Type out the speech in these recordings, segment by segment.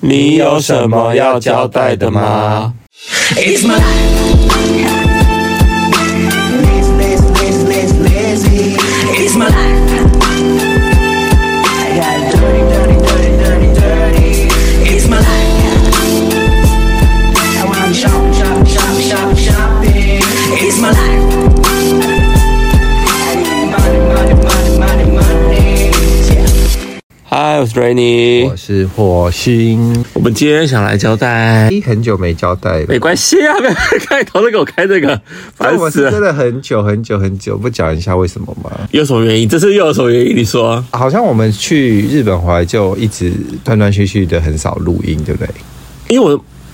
你有什么要交代的吗？ It's my life. Lazy, lazy, lazy, lazy, lazy. It's my life. I got dirty, dirty, dirty, dirty, dirty. It's my life. I wanna shop, shop, shop, shop, shopping. It's my life. I need money, money, money, money, money. Yeah. 嗨，我是 Rainy，我是火星，我们今天想来交代，一很久没交代了没，关系啊，不要开头都给我开这 个，烦但我死是真了。的很久很久很久不讲一下为什么吗？有什么原因？这次又有什么原因？你说好像我们去日本回来就一直断断续续的很少录音，对不对？因为我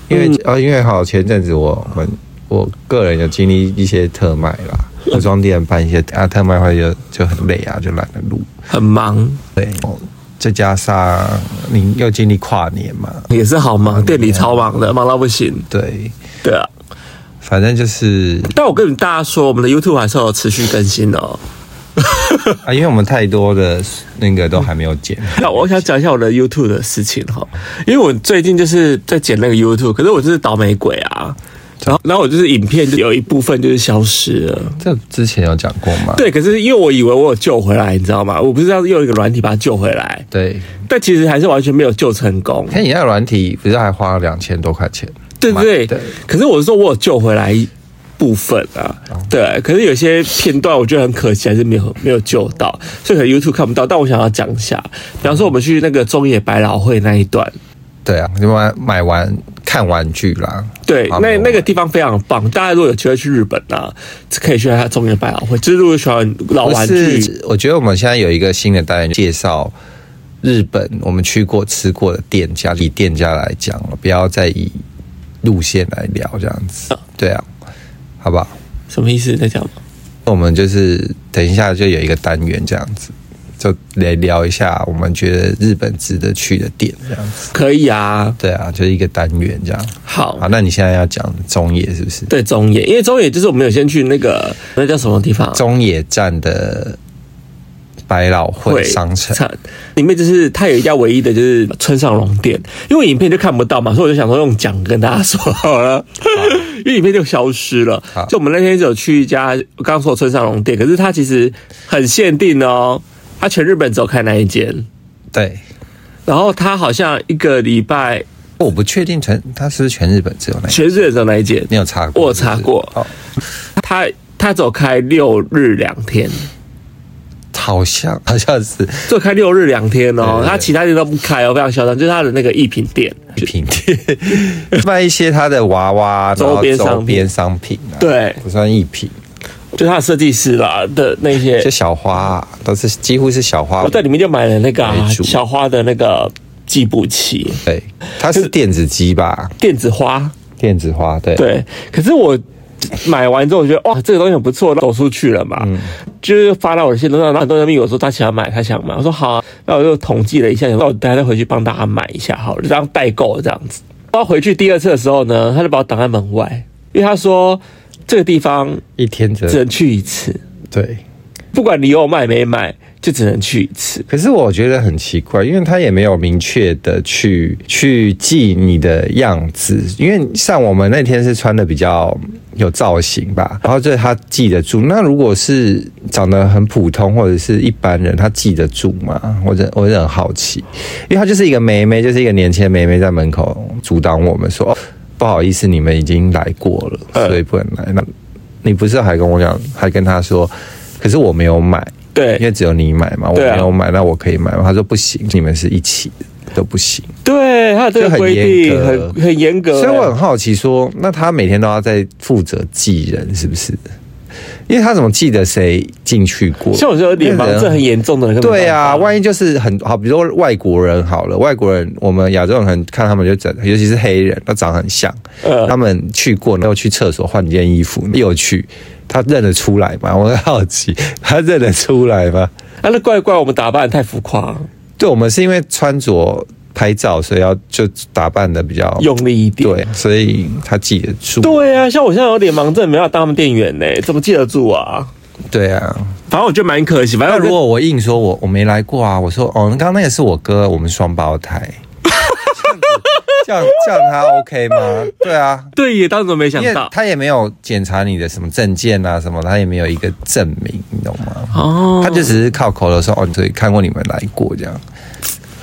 因为、呃，因为好前阵子我们我个人有经历一些特卖啦，服装店办一些啊特卖会就就很累啊，就懒得录。很忙，对，哦再加上你又经历跨年嘛，也是好忙，店里超忙的，忙到不行。对，对啊，反正就是但我跟大家说，我们的 YouTube 还是有持续更新的哦。啊，因为我们太多的那个都还没有剪。那我想讲一下我的 YouTube 的事情哈，因为我最近就是在剪那个 YouTube，可是我就是倒霉鬼啊。然后，然后我就是影片就有一部分就是消失了，这之前有讲过吗？对。可是因为我以为我有救回来，你知道吗？我不是要用一个软体把它救回来，对，但其实还是完全没有救成功。看你那软体不是还花了两千多块钱？对买对对对。可是我是说我有救回来一部分啊，哦对。可是有些片段我觉得很可惜，还是没有没有救到，所以可能 YouTube 看不到。但我想要讲一下，比方说我们去那个中野百老汇那一段，对啊，你买买完看玩具啦。对，啊那没有那个地方非常棒，大家如果有机会去日本啊，可以去它中原百老汇。就是如果喜欢老不玩具，是，我觉得我们现在有一个新的单元介绍日本我们去过吃过的店家，以店家来讲了，不要再以路线来聊这样子啊。对啊，好不好？什么意思？在讲吗？我们就是等一下就有一个单元这样子，就来聊一下我们觉得日本值得去的店这样子。可以啊，对啊，就是一个单元这样。好。好，那你现在要讲中野是不是？对中野，因为中野就是我们有先去那个那叫什么地方？中野站的百老汇商城，里面就是它有一家唯一的就是村上隆店，因为影片就看不到嘛，所以我就想说用讲跟大家说好了， 因为影片就消失了好。就我们那天有去一家我刚刚说的村上隆店，可是它其实很限定哦，它全日本只有开那一间。对，然后他好像一个礼拜我不确定全它是不是全日本只有那一家，全日的时候那一间，你有查过？我有查过是不是哦，他他只有开六日两天，好像 好像是只有开六日两天哦对，对他其他店都不开哦，非常嚣张，就是他的那个一品店。一 品店卖一些它的娃娃，然周后边商品周边商品啊，对不算一品，就他的设计师啦的那些就，小花啊、都是几乎是小花我。在里面就买了那个啊、为主小花的那个计步器，对，它是电子机吧？电子花。电子花，对对，可是我买完之后，我觉得哇，这个东西很不错，走出去了嘛，就是发到我的线动上，然后很多人密我说他想买，他想买，我说好啊、那我就统计了一下，哦那我等下再回去帮大家买一下，好了，就当代购这样子。然后回去第二次的时候呢，他就把我挡在门外，因为他说这个地方一天只只能去一次，对。不管你有买没买，就只能去一次。可是我觉得很奇怪，因为他也没有明确的去去记你的样子，因为像我们那天是穿的比较有造型吧，然后这他记得住。那如果是长得很普通或者是一般人，他记得住吗？我真我真的很好奇，因为他就是一个妹妹，就是一个年轻的妹妹在门口阻挡我们说、哦，不好意思，你们已经来过了，所以不能来。那你不是还跟我讲，还跟他说，可是我没有买。因对为只有你买嘛，哎我对啊没有买，那我可以买吗？他说不行，你们是一起的，都不行。对，他有这个就很规严定格很很严格欸、所以我很好奇说那他每天都要在负责记人，是不是？因为他怎么记得谁进去过？像我这有点忙，这很严重的，根本没对办啊，法万一就是很好，比如说外国人好了，外国人我们亚洲人很看他们就整，尤其是黑人，他长得很像，呃他们去过，然后去厕所换一件衣服又去，他认得出来吗？我很好奇，他认得出来吗？啊，那怪怪我们打扮得太浮夸，对，我们是因为穿着拍照，所以要就打扮的比较用力一点。对，所以他记得住。对啊，像我现在有脸盲症，没办法当他们店员呢、怎么记得住啊？对啊，反正我觉得蛮可惜。反那正如如果果我 硬说我我没来过啊，我说哦，刚刚那个是我哥，我们双胞胎，这样子这样这样他 OK 吗？ 对啊，对也当时没想因为到他也没有检查你的什么证件啊什么，他也没有一个证明，你懂吗？哦，他就只是靠口头说哦，对，看过你们来过这样，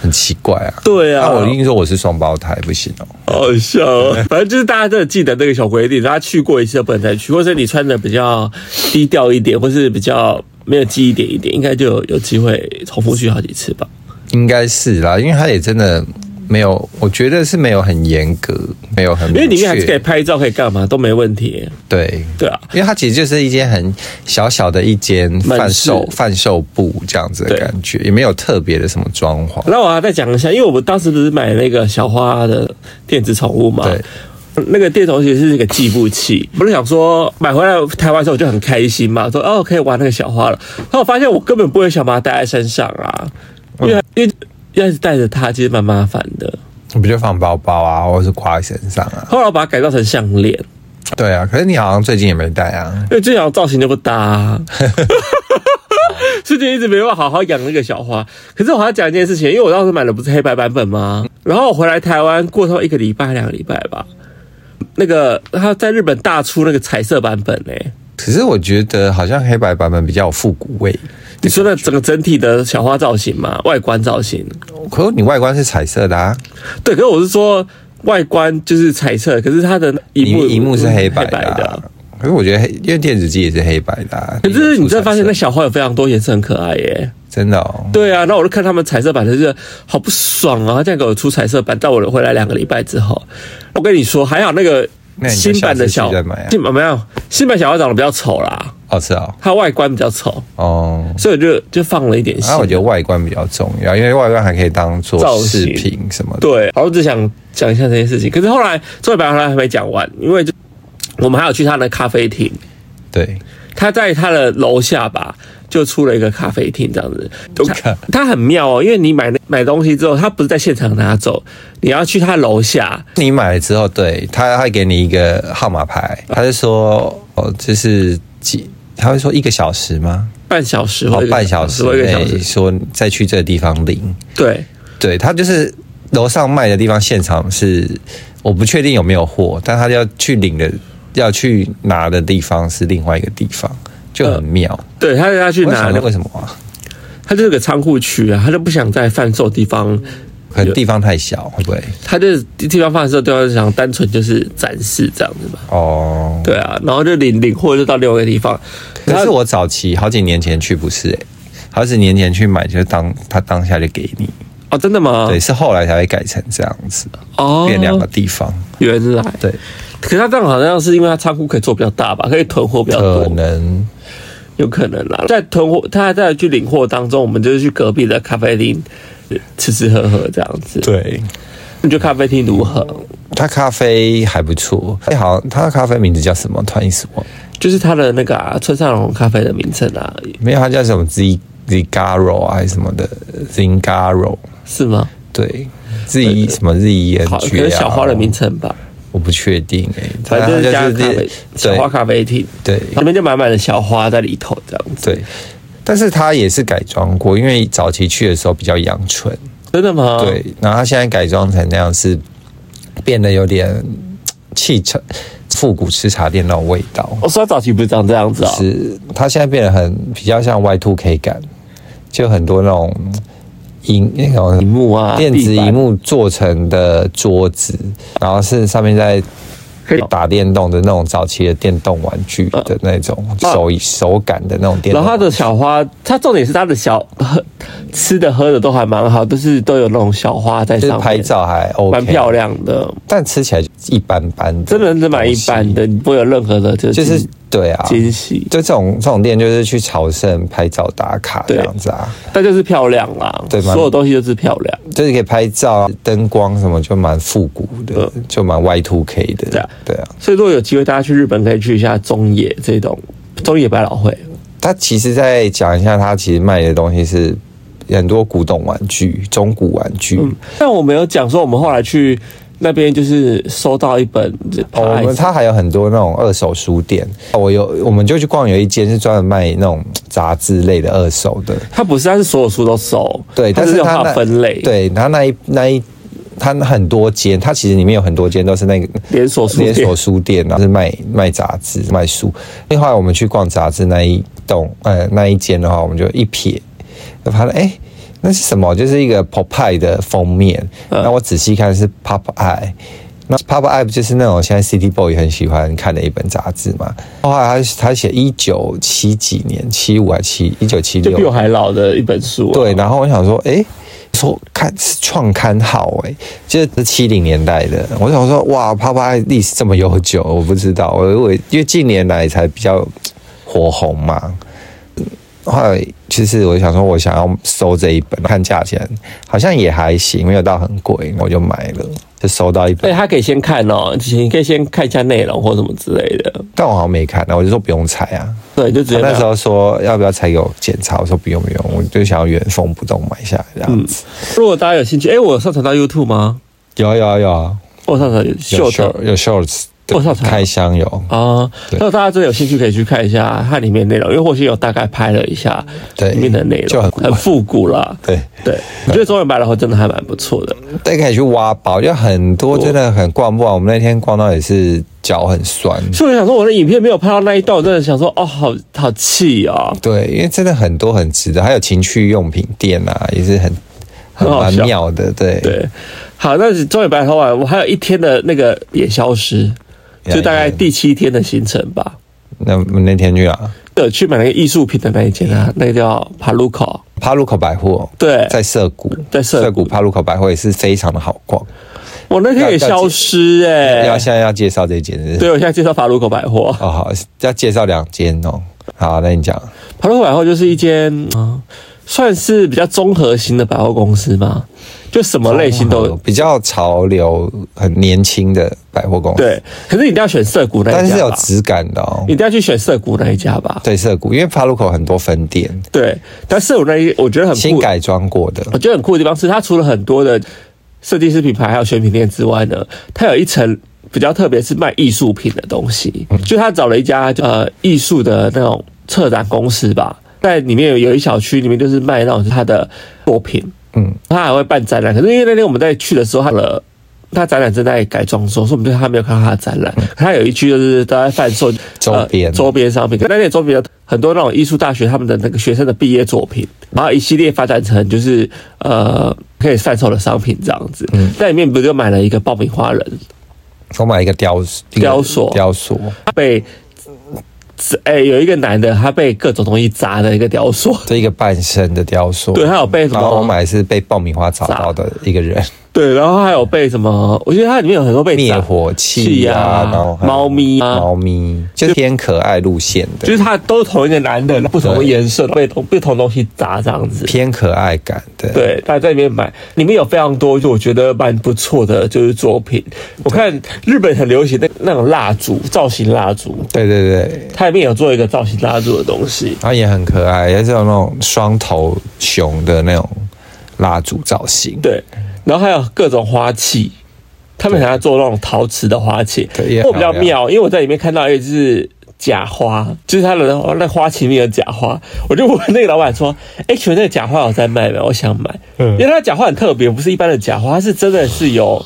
很奇怪啊。对啊那我一定说我是双胞胎，不行哦。好好笑哦。反正就是大家真的记得那个小规定，大家去过一次不能再去，或者你穿的比较低调一点，或是比较没有记忆点一点，应该就有有机会重复去好几次吧。应该是啦，因为他也真的没有，我觉得是没有很严格，没有很因为里面还明是确可以拍照，可以干嘛都没问题。对。对啊，因为它其实就是一间很小小的一间市贩售贩售部这样子的对感觉，也没有特别的什么装潢。那我要再讲一下，因为我们当时不是买那个小花的电子宠物嘛，对，那个电头其实是一个计步器，我就想说买回来台湾的时候我就很开心嘛，说哦可以玩那个小花了。然后我发现我根本不会想把它带在身上啊，因为、因为要是带着它其实蛮麻烦的。你不就放包包啊，或者是挂在身上啊？后来我把它改造成项链，对啊，可是你好像最近也没带啊。因为最想造型就不搭、啊。 最近一直没办法好好养那个小花，可是我还要讲一件事情，因为我当时买的不是黑白版本吗？然后我回来台湾过后一个礼拜、两个礼拜吧，那个他在日本大出那个彩色版本呢、可是我觉得好像黑白版本比较有复古味，你说的整个整体的小花造型嘛，外观造型，可是你外观是彩色的啊，对，可是我是说外观就是彩色，可是它的你荧幕嗯荧幕是黑白黑的,、啊白的。啊可是我觉得黑，因为电子机也是黑白的、啊。可是你真真的发现那小花有非常多颜色，很可爱耶。真的、哦，对啊，那我就看他们彩色版的，就是好不爽啊！他这样给我出彩色版，到我回来两个礼拜之后，我跟你说，还好那个那你就新版的下小次去再买啊新版没有新版小花长得比较丑啦，哦是哦，它外观比较丑，哦。所以我就就放了一点心。然啊后我觉得外观比较重要，因为外观还可以当造做型饰品什么的。对，好，我只想讲一下这件事情。可是后来作为白回来还没讲完，因为就我们还有去他的咖啡厅，对，他在他的楼下吧，就出了一个咖啡厅这样子。看他他很妙哦，因为你买那买东西之后，他不是在现场拿走，你要去他楼下。你买了之后，对他会给你一个号码牌，他就说哦，这是几？他会说一个小时吗？半小时或哦一，个半小时或一个小内时，说再去这个地方领。对对他就是楼上卖的地方，现场是我不确定有没有货，但他要去领的要去拿的地方是另外一个地方，就很妙。对，他他呃去我在拿想说，为什么啊？他就是个仓库区啊，他就不想在贩售地方，可能地方太小，会不会？他就是地方贩售地方想单纯就是展示这样子吧。哦，对啊，然后就领领货就到另外一个地方，可是我早期好几年前去不是、欸，好几年前去买，就是当他当下就给你，哦，真的吗？对，是后来才会改成这样子，哦，变两个地方，原来，对，可是他这样好像是因为他仓库可以做比较大吧，可以囤货比较可多，能有可能啦。在囤货，他在去领货当中，我们就是去隔壁的咖啡厅吃吃喝喝这样子。对。你觉得咖啡厅如何？他咖啡还不错，哎、好，他的咖啡名字叫什么？突然一时忘了，就是他的那个啊，村上龙咖啡的名称啊，没有，他叫什么 Z Zigaro 啊还是什么的 Zingaro，是吗？对，Z 什么 Z E N 好，可 G 能啊，小花的名称吧，我不确定哎、反正就是他加就咖啡是小花咖啡厅，对里面就满满的小花在里头这样子。对，但是他也是改装过，因为早期去的时候比较阳春，真的吗？对，然后他现在改装成那样是变得有点嘖汽车复古吃茶店那种味道，哦，所以他早期不是长这样子啊、是他现在变得很比较像 Y two K 感，就很多那种荧那种荧幕啊，电子地板荧幕做成的桌子，然后是上面在可以打电动的那种早期的电动玩具的那种手手感的那种电嗯然动后他玩具。的小花，他重点是他的小喝吃的喝的都还蛮好，都是都有那种小花在就是上面，拍照还 OK，啊蛮漂，亮的，但吃起来就一般般的，真的是蛮一般的，你不会有任何的就就是是对啊，惊喜，就这种这种店就是去朝圣拍照打卡这样子啊，但就是漂亮啦，对蛮所有东西就是漂亮，就是可以拍照、啊灯光什么，就蛮复古的，就蛮 Y two K 的。嗯对啊对啊，所以如果有机会大家去日本可以去一下中野这种中野百老汇，他其实再讲一下，他其实卖的东西是很多古董玩具、中古玩具。嗯但我没有讲说我们后来去那边就是收到一本呃哦，我们他还有很多那种二手书店，我有我们就去逛，有一间是专门卖那种杂志类的二手的，它不是，它是所有书都收，对，它但只是有他划那分类，对他那一那一它很多间，它其实里面有很多间都是那个连锁书店连锁书店啊，是卖卖杂志、卖书。另外我们去逛杂志那一栋呃那一间的话，我们就一瞥，就发现哎。诶那是什么？就是一个 Popeye 的封面。嗯那、我仔细看是 Popeye，那 Popeye 不就是那种现在 City Boy 很喜欢看的一本杂志嘛？后来他他写一九七几年，七五还七一九七就比我六，还老的一本书、啊。对。然后我想说，诶，说看是创刊号、诶，就是七零年代的。我想说，哇，Popeye 历史这么悠久，我不知道，我我因为近年来才比较火红嘛。后来其实我想说，我想要收这一本，看价钱好像也还行，没有到很贵，我就买了，就收到一而本且。他哎可以先看哦，你可以先看一下内容或什么之类的。但我好像没看，然后我就说不用拆啊。对，就直他接那时候说要不要拆给我检查，我说不用不用，我就想要原封不动买下来这样子。如果大家有兴趣，哎、我有上传到 YouTube 吗？有啊有啊有啊，我上传秀有的 short 有 shorts，我上对传了开箱有，啊。对那大家真的有兴趣可以去看一下它里面内容，因为或许有大概拍了一下对里面的内容，呃就很很复古啦。对对，我觉得中文百老汇真的还蛮不错的。大家可以去挖宝，就很多真的很逛不完。我们那天逛到也是脚很酸，所以我想说，我的影片没有拍到那一段，我真的想说，哦，好好气哦。对，因为真的很多很值得，还有情趣用品店啊，也是很很很好蛮笑妙的，对对，好，那中文百老汇，我还有一天的那个也消失，呀就大概第七天的行程吧。那我们那天去啊，对，去买那个艺术品的那一间啊，那个叫帕路口。帕路口百货，对，嗯在涩谷，在涩谷帕路口百货也是非常的好逛。我那天也消失哎、要现在要介绍这间是不是对，我现在介绍法鲁口百货。哦，好，要介绍两间哦。好，那你讲，法鲁口百货就是一间啊、嗯算是比较综合型的百货公司嘛，就什么类型都有。比较潮流、很年轻的百货公司，，对，可是你一定要选涩谷那一家吧，但是有质感的哦你。一定要去选涩谷那一家吧。对，涩谷，因为帕路口很多分店，对，但涩谷那一我觉得很新酷，改装过的，我觉得很酷的地方是，它除了很多的设计师品牌还有选品店之外呢，它有一层比较特别是卖艺术品的东西，就他找了一家呃艺术的那种策展公司吧，在里面有有一小区里面就是卖那种他的作品，嗯，他还会办展览。可是因为那天我们在去的时候，他了。他展览正在改装中，所以我们对他没有看到他的展览。可他有一区就是都在贩售嗯周边呃周边商品，那些周边有很多那种艺术大学他们的那个学生的毕业作品，然后一系列发展成就是呃可以贩售的商品这样子。嗯在里面不就买了一个爆米花人，我买一个雕一个雕塑雕塑，他被哎、有一个男的他被各种东西砸的一个雕塑，这一个半身的雕塑，对，还有被什然后我么哦买的是被爆米花砸到的一个人，对，然后还有被什么，我觉得它里面有很多被灭砸火器器啊，啊然后还有猫咪啊猫咪就是偏可爱路线的，就是它都是同一个男的，不同的颜色，被同不同东西砸这样子。偏可爱感的。，对，大家在里面买，里面有非常多，就我觉得蛮不错的，就是作品。我看日本很流行那那种蜡烛，造型蜡烛，对对对，它里面有做一个造型蜡烛的东西。然后也很可爱，也是有那种双头熊的那种蜡烛造型，对，然后还有各种花器，他们想要做那种陶瓷的花器对也，我比较好呀妙，因为我在里面看到一只假花，就是它的那花器里面有假花，我就问那个老板说：“哎、请问那个假花有在卖吗？我想买，嗯因为它的假花很特别，不是一般的假花，它是真的是有。”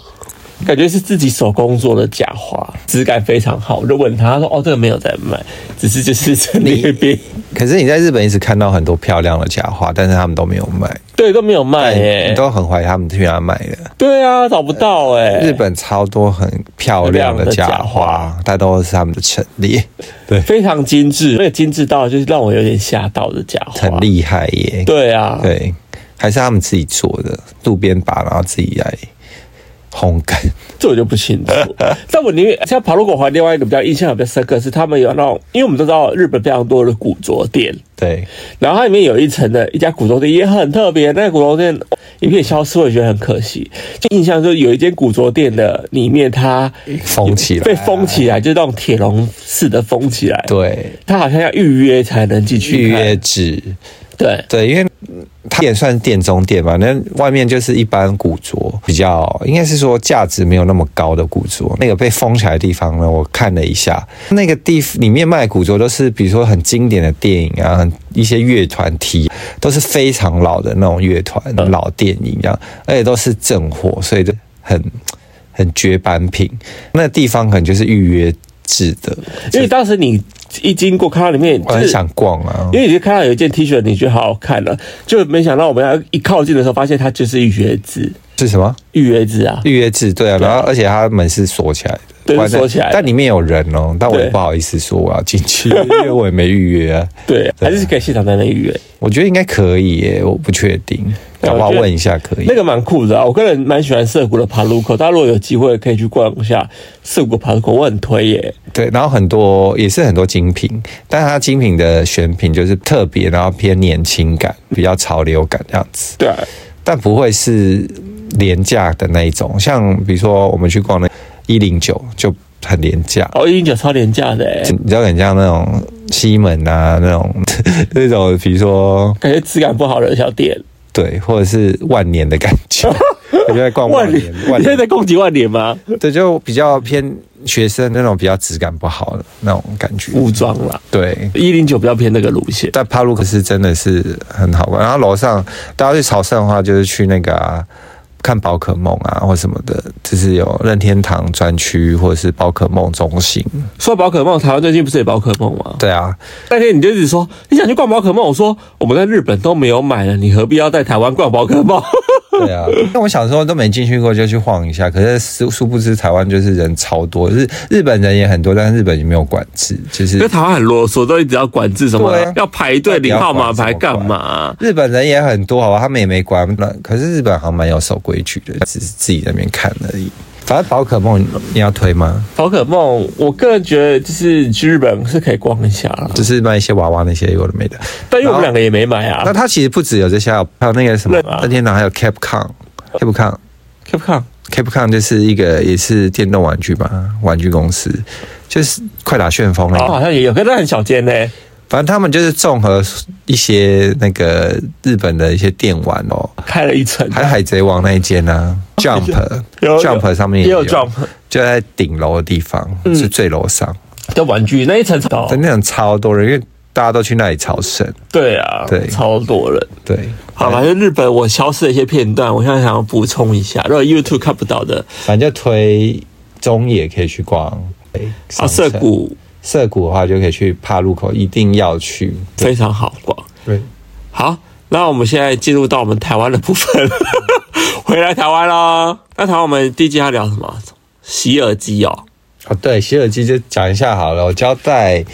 感觉是自己手工做的假花，质感非常好。我就问他，他说：“哦，这个没有在卖，只是就是在那边，可是你在日本一直看到很多漂亮的假花，但是他们都没有卖，对，都没有卖耶、哎你都很怀疑他们去哪买的。对啊，找不到哎、日本超多很漂亮的假漂亮的假花花，它都是他们的陈列，非常精致，那个精致到就是让我有点吓到的假花，很厉害耶。对啊，对，还是他们自己做的，路边拔，然后自己来烘干。这我就不清 楚。但我宁愿像跑路狗环另外一个比较印象比较深刻是他们有那种，因为我们都知道日本非常多的古着店，对，然后它里面有一层的一家古着店也很特别，那个古着店影片消失，我也觉得很可惜。就印象就是有一间古着店的里面，它封起 来，啊被封。起来，就是那种铁笼式的封起来，对，它好像要预约才能进 去预看约制。对。对，因为它也算店中店嘛，那外面就是一般古着，比较应该是说价值没有那么高的古着。那个被封起来的地方呢，我看了一下，那个地里面卖古着都是比如说很经典的电影啊，很一些乐团提嗯啊都是非常老的那种乐团、老电影一样，而且都是正货，所以就很很绝版品，那地方可能就是预约制的。因为当时你一经过看到里面，我就很是想逛啊，因为你就看到有一件 T 恤，你觉得好好看了，就没想到我们要一靠近的时候，发现它就是预约制，是什么预约制啊，预约制？对啊，然后而且它门是锁起来的，对关在是锁起来的但里面有人哦，但我也对不好意思说我要进 去，因为我也没预约啊。对，还是可以现场在那预约，我觉得应该可以耶，我不确定，对搞不好我觉得问一下可以那。个蛮酷的啊。我个人蛮喜欢涩谷的爬路口，大家如果有机会可以去逛一下涩谷爬路口，我很推耶。对，然后很多也是很多精品，但它精品的选品就是特别，然后偏年轻感，比较潮流感这样子，对啊，但不会是廉价的那一种。像比如说我们去逛那一零九就很廉价，哦，一零九超廉价的耶，你知道很像那种西门啊那种 那种，比如说感觉质感不好的小店。对，或者是万年的感 觉，我就在逛万万年年，，万你现在年在攻击万年 吗？对，就比较偏学生那种比较质感不好的那种感觉，服装啦，对。一零九比较偏那个路线。但帕鲁克是真的是很好玩。然后楼上大家去朝圣的话，就是去那个、啊、看宝可梦啊，或什么的，就是有任天堂专区或者是宝可梦中心。说宝可梦，台湾最近不是有宝可梦吗？对啊，那天你就一直说你想去逛宝可梦，我说我们在日本都没有买了，你何必要在台湾逛宝可梦？ 对啊。那我小时候都没进去过，就去晃一下。可是殊殊不知台湾就是人超多，日日本人也很多，但是日本也没有管制，就因为是。台湾很啰嗦，都一直要管制什么，对啊要排队领号码牌干嘛、日本人也很多，好吧，他们也没管。那可是日本好像蛮有守规矩的，只是自己在那边看而已。反正宝可梦你要推吗？宝可梦，我个人觉得就是去日本是可以逛一下啦，就是卖一些娃娃那些有的没的。但因为我然后们两个也没买那啊。它其实不只有这些，还有还有那个什么那任天堂，还有 Capcom，Capcom。 Capcom Capcom 就是一个也是电动玩具吧，玩具公司，就是快打旋风哦，了。好像也有，可是那很小间呢、反正他们就是综合一些那个日本的一些电玩哦，开了一层，还有海贼王那一间 呢、啊、有有，Jump，Jump 上面也也有有 Jump 嗯就在顶楼的地方，是最楼上，的玩具那一层超但那种超多人，因为大家都去那里朝圣。对啊，对超多人。对，好，反正日本我消失的一些片段，我现在想要补充一下，如果 YouTube 看不到的反正就推中野可以去逛，啊，涩谷涩谷的话就可以去帕路口，一定要去。非常好逛。对，好，那我们现在进入到我们台湾的部分， 回来台湾喽。那台湾我们第一季要聊什么？洗耳机哦，哦对，洗耳机就讲一下好了，我交代。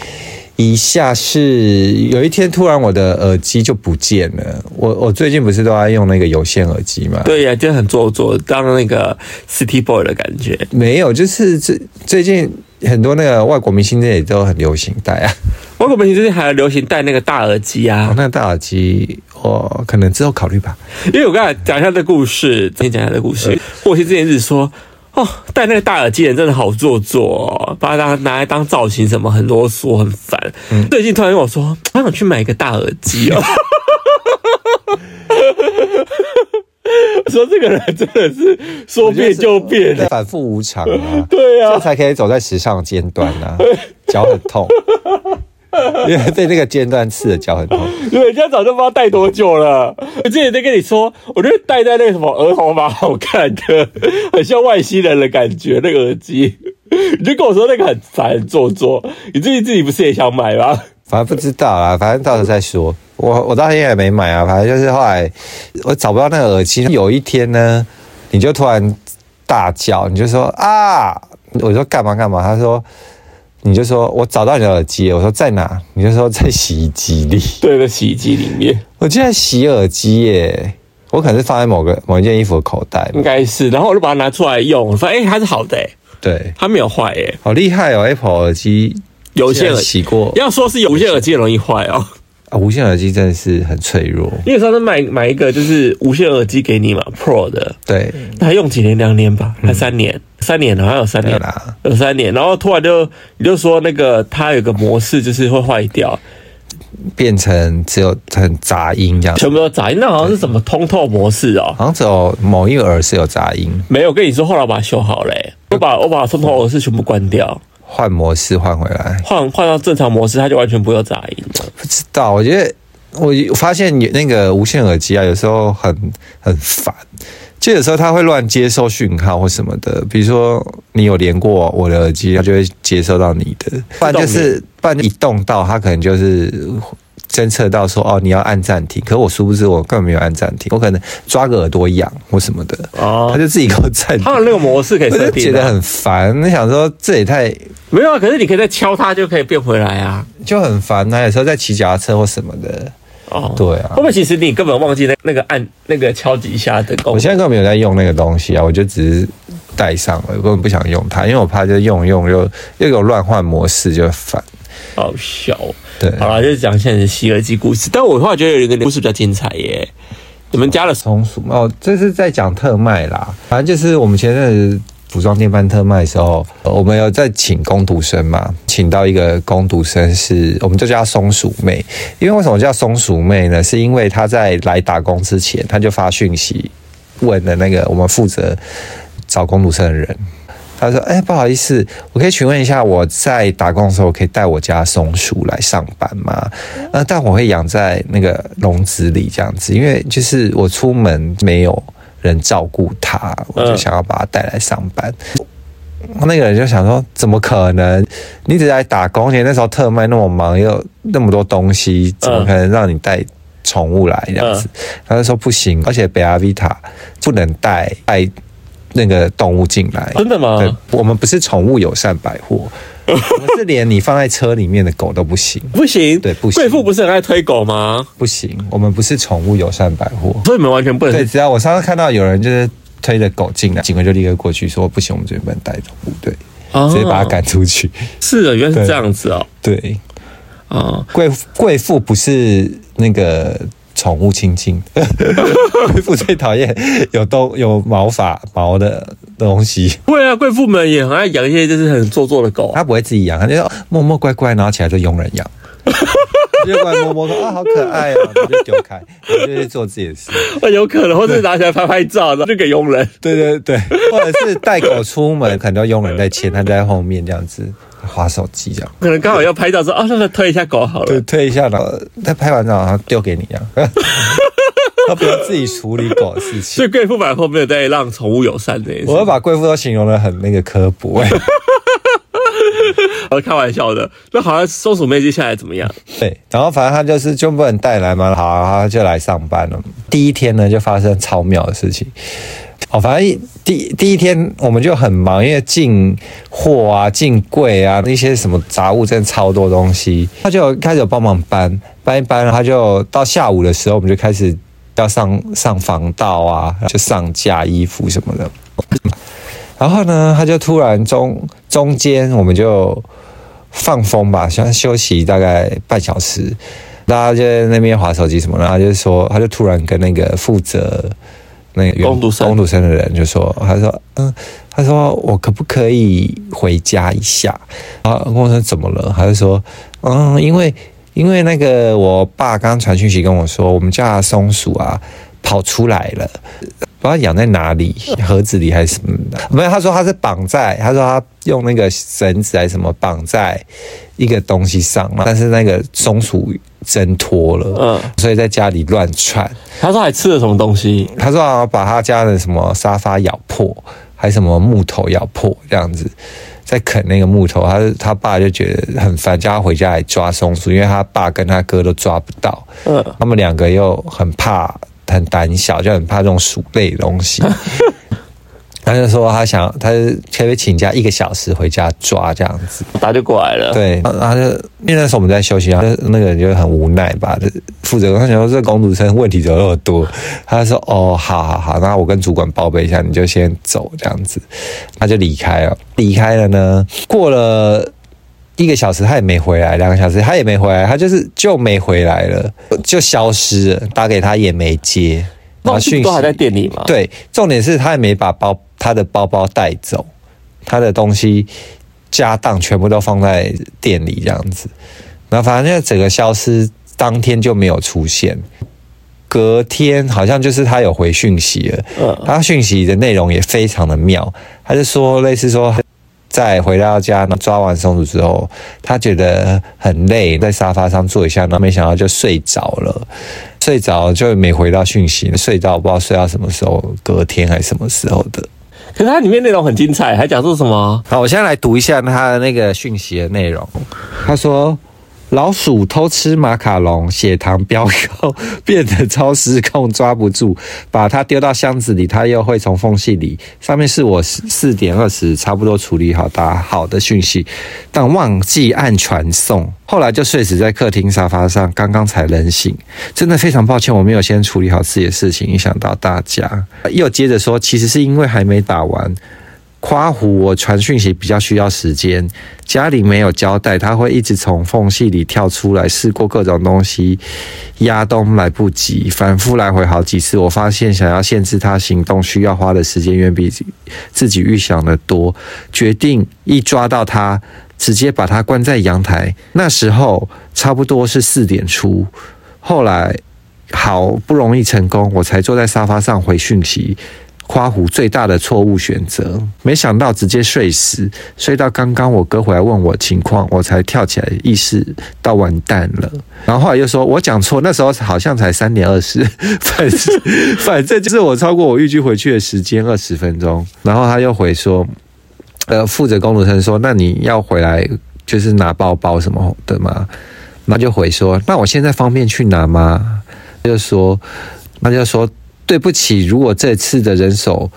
以下是有一天突然我的耳机就不见了，我我最近不是都在用那个有线耳机吗？，对呀，真的很做作，当那个 City Boy 的感觉。没有，就是最最近很多那个外国明星这也都很流行戴啊， 我国明星最近还流行戴那个大耳机哦啊，那大耳机我可能之后考虑吧。因为我刚才讲一下这故事，先讲一下这故事，霍希之前一直说。哦，戴那个大耳机的人真的好做作哦，把它拿来当造型什么很啰嗦很烦。最近突然跟我说，他想去买一个大耳机哦。我 说这个人真的是说变就变，对反复无常啊。对啊这才可以走在时尚尖端啊，脚很痛， 因为被那个尖端刺的脚很痛。 人家早就不知道戴多久了。我之前在跟你说，我觉得戴在那个什么额头蛮好看的，很像外星人的感觉，那个耳机。你就跟我说那个很烦很做作，你最近自己不是也想买 吗？反正不知道啦，反正到时候再说。我我到现在也没买啊，反正就是后来我找不到那个耳机。有一天呢，你就突然大叫，你就说啊，我说干嘛干嘛？他说，你就说我找到你的耳机了，我说在哪？你就说在洗衣机里。对，在洗衣机里面我竟然洗耳机耶！我可能是放在某个某一件衣服的口袋吧应该是，然后我就把它拿出来用，我发现哎、它是好的、哎，对，它没有坏哎、好厉害哦！Apple 耳机有竟线然耳洗过要说是有线耳机也容易坏哦，啊，无线耳机真的是很脆弱。因为上次买买一个就是无线耳机给你嘛，Pro 的，对，那还用几年？两年吧，还三年？三年好像有三年对啦，有三年。然后突然就你就说那个它有个模式就是会坏掉，变成只有很杂音这样，全部都杂音。那好像是什么通透模式哦？好像只有某一个耳是有杂音，没有，跟你说后来我把它修好嘞、我把我把通透模式全部关掉，换模式换回来。换换到正常模式，它就完全不会有杂音了。不知道，我觉得我发现有那个无线耳机啊，有时候很很烦，就有时候它会乱接收讯号或什么的，比如说你有连过我的耳机，它就会接收到你的，不然就是不然一动到它可能就是。侦测到说哦，你要按暂停，可我殊不知我根本没有按暂停，我可能抓个耳朵痒或什么的，哦它就自己给我暂停它，有那个模式可以我设就定觉啊得的，很烦。你想说这也太没有啊？可是你可以再敲它就可以变回来啊。就很烦，那有时候在骑脚踏车或什么的，哦，对啊会不会其实你根本忘记那那个按那个敲几下的功我现能？在根本没有在用那个东西啊，我就只是带上了，我根本不想用它，因为我怕就用一用又又有乱换模式就烦。好笑哦。对，好了，就是讲现在的《西游记》故事，但我后来觉得有一个故事比较精彩耶。你们家的松鼠哦，这是在讲特卖啦，反正就是我们前阵子。服装店办特卖的时候，呃我们有在请工读生嘛，请到一个工读生是，我们就叫她松鼠妹。因为为什么叫松鼠妹呢？是因为她在来打工之前，她就发讯息问了那个我们负责找工读生的人，他说：“哎、不好意思，我可以询问一下，我在打工的时候，我可以带我家松鼠来上班吗？呃，但我会养在那个笼子里这样子，因为就是我出门没有人照顾它，我就想要把它带来上班。那个人就想说：“怎么可能？你只是来打工，而且那时候特卖那么忙，又那么多东西，怎么可能让你带宠物来这样子？”他就说：“不行，而且北阿维塔不能带带那个动物进来。”真的吗？对，我们不是宠物友善百 货，我们是连你放在车里面的狗都不行，不行，对不行贵妇不是很爱推狗吗？不行，我们不是宠物友善百货。所以你们完全不对，能。只要我上次看到有人就是推着狗进来，警官就立刻过去说不行，我们这边不能带宠物，对，哦直接把它赶出去。是的，原来是对这样子哦。对，哦，贵贵妇不是那个。宠物亲近，贵妇最讨厌有动有毛发毛的东西，会啊，贵妇们也很爱养一些就是很做作的狗啊。它不会自己养，它就哦默默乖乖，然后起来就佣人养，就过来摸摸说啊好可爱哦，然后就丢开，然后就去做自己的事。有可能，或是拿起来拍拍照，然后就给佣人。对对对，或者是带狗出门，可能要佣人在牵，它在后面这样子划手机这样。可能刚好要拍照说啊，那个推一下狗好对，了。推一下，然后他拍完照，然后丢给你这样。 他不要自己处理狗的事所情以。贵妇百货没有在让宠物友善这件事，我要把贵妇都形容的很那个刻薄、欸，我开玩笑的。那好像松鼠妹接下来怎么样？对，然后反正他就是就不能带来嘛，好、啊，他就来上班了。第一天呢，就发生超妙的事情。哦，反正一第第一天我们就很忙，因为进货啊、进柜啊，那些什么杂物真的超多东西。他就开始有帮忙搬，搬一搬，他就到下午的时候，我们就开始要上上防盗啊，就上架衣服什么的。然后呢，他就突然中中间我们就放风吧，像休息大概半小时，大家就在那边划手机什么，然后他就说，他就突然跟那个负责那个员工读生工读生的人就说，他说，嗯，他说我可不可以回家一下？然后工读生怎么了？他就说，嗯，因为因为那个我爸刚传讯息跟我说，我们家的松鼠啊跑出来了。不知道养在哪里，盒子里还是什么的。没有，他说他是绑在，他说他用那个绳子还是什么绑在一个东西上，但是那个松鼠挣脱了，嗯，所以在家里乱窜。她说还吃了什么东西？他说好像把他家的什么沙发咬破，还什么木头咬破这样子，在啃那个木头。他就他爸就觉得很烦，叫他回家来抓松鼠，因为他爸跟他哥都抓不到。嗯，他们两个又很怕、很胆小，就很怕这种鼠类的东西。他就说他想，他就可不可以请假一个小时回家抓这样子？打就过来了。对，然后啊他就因为那时候我们在休息，然后就那个人就很无奈吧，就负责他想说这公主生问题怎么那么多，他就说哦，好好好，那我跟主管报备一下，你就先走这样子，他就离开了。离开了呢，过了。一个小时他也没回来，两个小时他也没回来，他就是就没回来了，就消失了，打给他也没接，然后那讯讯息都还在店里嘛？，对，重点是他也没把包他的包包带走，他的东西家当全部都放在店里这样子。那反正就整个消失，当天就没有出现。隔天好像就是他有回讯息了，嗯他讯息的内容也非常的妙，他就说类似说。再回到家，然后抓完松鼠之后，他觉得很累，在沙发上坐一下，然后没想到就睡着了。睡着就没回到讯息，睡到不知道睡到什么时候，隔天还是什么时候的。可是它里面内容很精彩，还讲说什么？好，我现在来读一下他的那个讯息的内容。他说：“老鼠偷吃马卡龙，血糖飙高，变得超失控，抓不住，把它丢到箱子里，它又会从缝隙里。上面是我四点二十差不多处理好打好的讯息，但忘记按传送，后来就睡死在客厅沙发上，刚刚才冷醒。真的非常抱歉，我没有先处理好自己的事情，影响到大家。”又接着说，其实是因为还没打完。夸虎，我传讯息比较需要时间，家里没有交代，它会一直从缝隙里跳出来，试过各种东西，压都来不及，反复来回好几次。我发现想要限制它行动，需要花的时间远比自己预想的多，决定一抓到它，直接把它关在阳台。那时候差不多是四点出，后来好不容易成功，我才坐在沙发上回讯息。夸虎最大的错误选择，没想到直接睡死，睡到刚刚我哥回来问我情况，我才跳起来意识到完蛋了。然后后来又说我讲错，那时候好像才三点二十， 反正反正就是我超过我预计回去的时间二十分钟。然后他又回说，呃，负责工读生说，那你要回来就是拿包包什么的吗？那就回说，那我现在方便去拿吗？他就说，那就说。对不起，如果这次的人手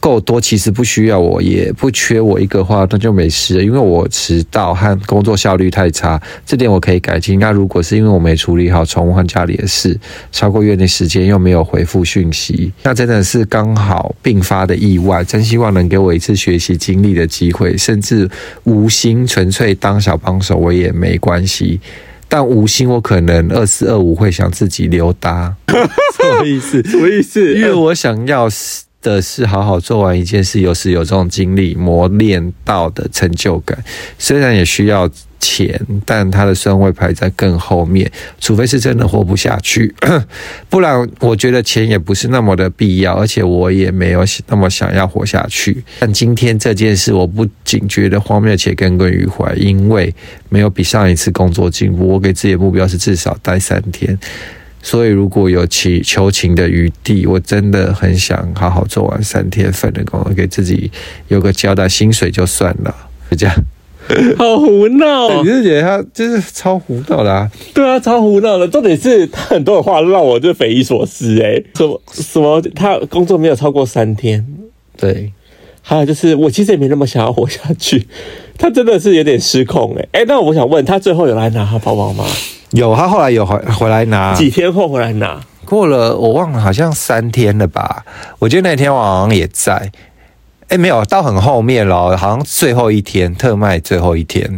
够多，其实不需要我，也不缺我一个话，那就没事了。因为我迟到和工作效率太差，这点我可以改进。那如果是因为我没处理好宠物和家里的事，超过约定时间又没有回复讯息，那真的是刚好并发的意外。真希望能给我一次学习经历的机会，甚至无心纯粹当小帮手，我也没关系。但无心，我可能二四二五会想自己溜达，什么意思？什么意思因为我想要的是好好做完一件事，有时有这种经历磨练到的成就感，虽然也需要钱，但它的顺位排在更后面，除非是真的活不下去，不然我觉得钱也不是那么的必要，而且我也没有那么想要活下去。但今天这件事，我不仅觉得荒谬且耿耿于怀，因为没有比上一次工作进步。我给自己的目标是至少待三天。所以如果有其求情的余地，我真的很想好好做完三天份的工作，给自己有个交代。薪水就算了，就这样。 好胡闹哦 你！就觉得他就是超胡闹的啊！对啊，超胡闹的。重点是他很多的话让我就匪夷所思哎、什么什么，他工作没有超过三天，对，还有就是我其实也没那么想要活下去。 他真的是有点失控哎、哎、那我想问他最后有来拿他包包吗？有他后来有回回来拿，几天后回来拿？过了我忘了，好像三天了吧？我觉得那天我好像也在。哎，没有，到很后面了，好像最后一天特卖最后一天，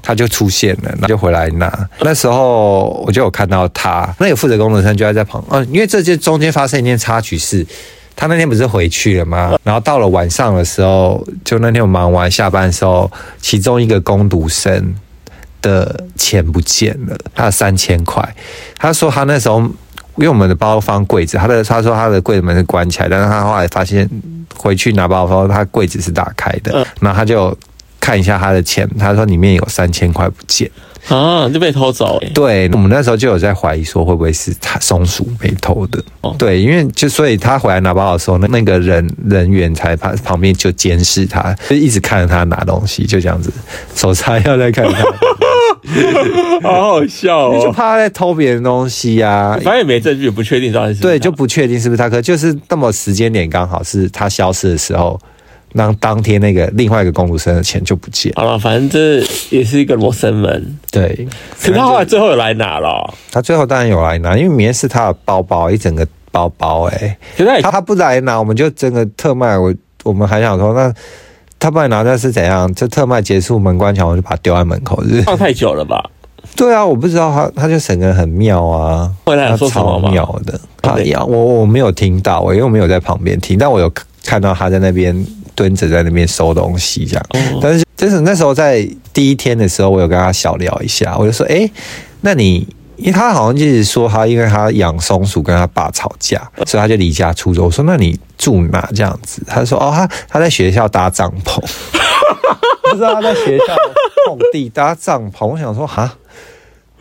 他就出现了，然后就回来拿。那时候我就有看到他，那个负责工程生就在在旁，嗯、因为这就中间发生一件插曲是。他那天不是回去了吗？然后到了晚上的时候，就那天我忙完下班的时候，其中一个工读生的钱不见了，他的三千块。他说他那时候因为我们的包放柜子，他的他说他的柜子门是关起来，但是他后来发现回去拿包包，他柜子是打开的，然后他就看一下他的钱，他说里面有三千块不见。啊，就被偷走、欸。对，我们那时候就有在怀疑说会不会是他松鼠被偷的。哦对，因为就所以他回来拿包的时候，那那个人人员才旁旁边就监视他，就一直看着他拿东西，就这样子，手叉腰在看着他， 好好笑 因为就哦。怕他在偷别人东西呀、反正也没证据，也不确定到底是不是对，就不确定是不是他，可就是那么时间点刚好是他消失的时候，那当天那个另外一个公主生的钱就不见了。好了，反正这也是一个罗生门。对，可是他后来最后有来拿了哦、他最后当然有来拿，因为明天是他的包包，一整个包包、欸，可是他哎，也他他不来拿，我们就整个特卖，我我们还想说，那他不来拿那是怎样？这特卖结束门关起来，我就把它丢在门口，就是放太久了吧？对啊，我不知道他，他就整个人很妙啊，后来有他哦说什么超吗妙的。他对要我我没有听到、因为我没有在旁边听，但我有看到他在那边蹲着在那边收东西这样。但是真是那时候在第一天的时候，我有跟他小聊一下，我就说，哎、那你。因为他好像就是说他，因为他养松鼠跟他爸吵架，所以他就离家出走。我说：“ 那你住哪？”这样子，他说：“哦，他他在学校搭帐篷。”知道他在学校空地搭帐篷，我想说哈，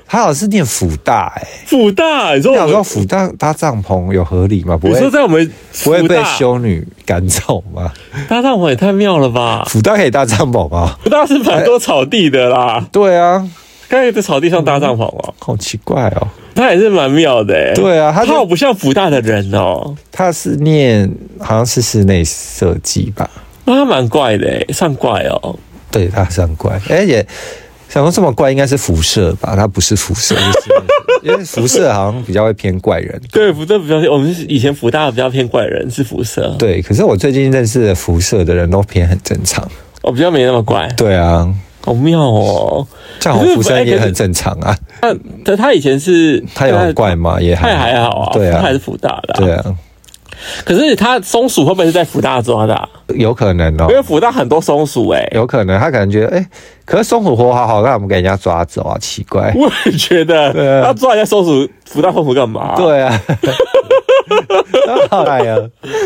他好像是念辅大哎、辅大，你说我我想们说辅大搭帐篷有合理吗？不你说会在我们不会福被大修女赶走吗？搭帐篷也太妙了吧？辅大可以搭帐篷吗？福大是蛮多草地的啦， 对啊，刚才在草地上搭帐篷哦，好奇怪哦。他也是蛮妙的哎、对啊，他他好就不像福大的人哦，他是念好像是室内设计吧？那他蛮怪的哎、上怪哦。对，他很怪，而且哎想说这么怪应该是辐射吧？他不是辐射，就是室内设计因为 辐射好像比较会偏怪人。对，福大比较，我们是以前福大比较偏怪人，是辐射，对，可是我最近认识的辐射的人都偏很正常。我哦比较没那么怪，对啊，好妙哦。像我辐射也很正常啊。那他他以前是，他有很怪吗？也哎他也还好啊，对他啊还，是福大的、对，啊，可是他松鼠会不会是在福大抓的啊、有可能哦因，为福大很多松鼠哎、有可能他可能觉得，哎，可是松虎活好好，那我们给人家抓走啊，奇怪。我也觉得对啊他抓人家松鼠，福大松鼠干嘛？，对啊，当然啊，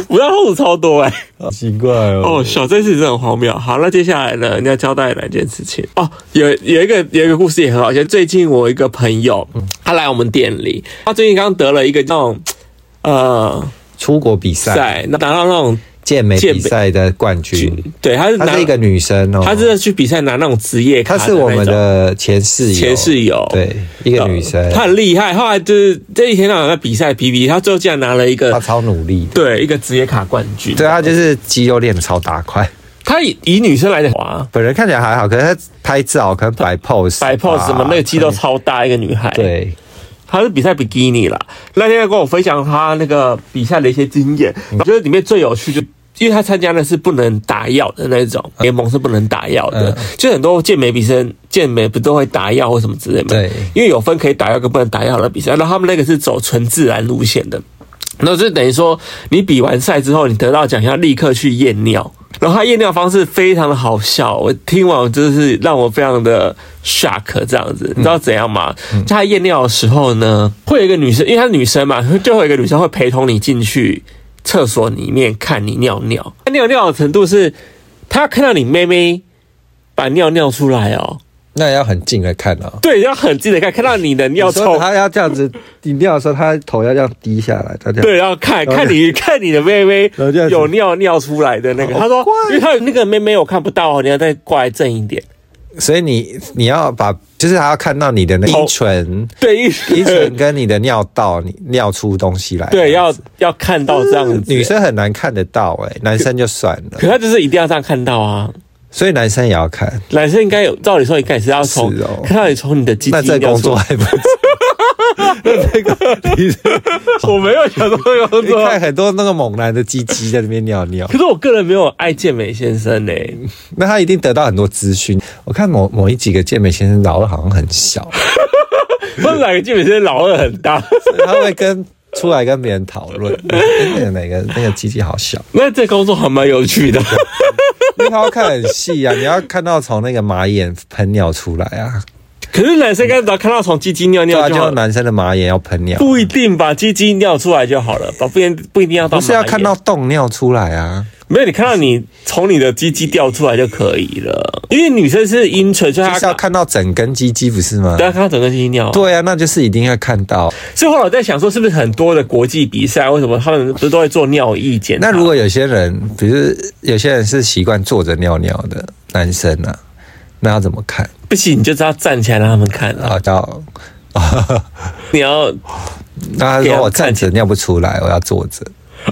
福大松鼠超多哎、奇怪哦哦，。小这件事情真的很荒谬。好，那接下来呢，你要交代哪件事情？哦，有有一个有一个故事也很好笑。最近我一个朋友，嗯他来我们店里，他最近刚得了一个那种呃出国比赛赛，拿到那种健美健比美赛的冠军，对，他是拿她嗯是一个，女生哦，他是去比赛拿那种职业卡她那是种，我们的前室友，前室友，对，一个女生，呃她很厉害。后来就是这一天到晚在比赛皮皮，她最后竟然拿了一她个超努力的，对一个职业卡冠军。对，啊她就是肌肉练得超大块。她以以女生来讲，哇，本人看起来还好，可是她拍照可能摆 pose，啊摆 pose 什么那个肌肉超大一个女孩，，对，她是比赛比基尼啦。那天跟我分享她那个比赛的一些经验，嗯我觉得里面最有趣就。因为她参加的是不能打药的那种联盟，是不能打药的，嗯就很多健美比赛、健美不都会打药或什么之类的。对因为有分可以打药跟不能打药的比赛，然后他们那个是走纯自然路线的。那就等于说，你比完赛之后，你得到奖项，立刻去验尿。然后他验尿方式非常的好笑，我听完我真的是让我非常的 shock 这样子，你知道怎样吗？就他验尿的时候呢，会有一个女生，因为她是女生嘛，就会有一个女生会陪同你进去厕所里面看你尿尿。她尿尿的程度是，她看到你妹妹把尿尿出来哦，那要很近的看哦。对，要很近的看，看到你的尿你说臭，她要这样子，你尿的时候，她头要这样低下来，她这 样对，然后看然后看你 看你的妹妹然后这样子有尿尿出来的那个，好他说怪，因为他有那个妹妹我看不到，你要再过来正一点。所以你你要把，就是她要看到你的那头阴 唇。对，一阴唇跟你的尿道，你尿出东西来。对要要看到这样子，女，生很难看得到哎、男生就算了可，他就是一定要这样看到啊。所以男生也要看。男生应该有，照理说应该也是要从是哦看到你从你的鸡那鸡这尿工出作来。还不 错。那这个你 我没有想到这个工 你作，看很多那个猛男的鸡鸡在那边尿尿可，是我个人没有爱健美先生呢、那他一定得到很多资讯。我看某某一几个健美先生老二好像很小，不是哪个健美先生老二很大。 他会跟出来跟别人讨论，哎那个哪个那个鸡鸡好小，那这工作还蛮有趣的， 因为他要看很细 啊，你要看到从那个马眼喷尿出来啊，可是男生应该只要看到从鸡鸡尿对尿啊，就好就了。男生的马眼要喷尿，不一定吧，鸡鸡尿出来就好了吧，不一定不一定要到不是要马眼看到洞尿出来啊。没有你看到你从你的鸡鸡掉出来就可以了，因为女生是阴唇，所以就她是要看到整根鸡鸡，不是吗对？要看到整个鸡鸡尿。，对啊，那就是一定要看到。所以后来我在想说，是不是很多的国际比赛为什么他们不是都会做尿液检查？那如果有些人，比如有些人是习惯坐着尿尿的男生啊，那要怎么看？不行，你就知道站起来让他们看然啊，后 到，你要那他说我站着尿不出来，我要坐着。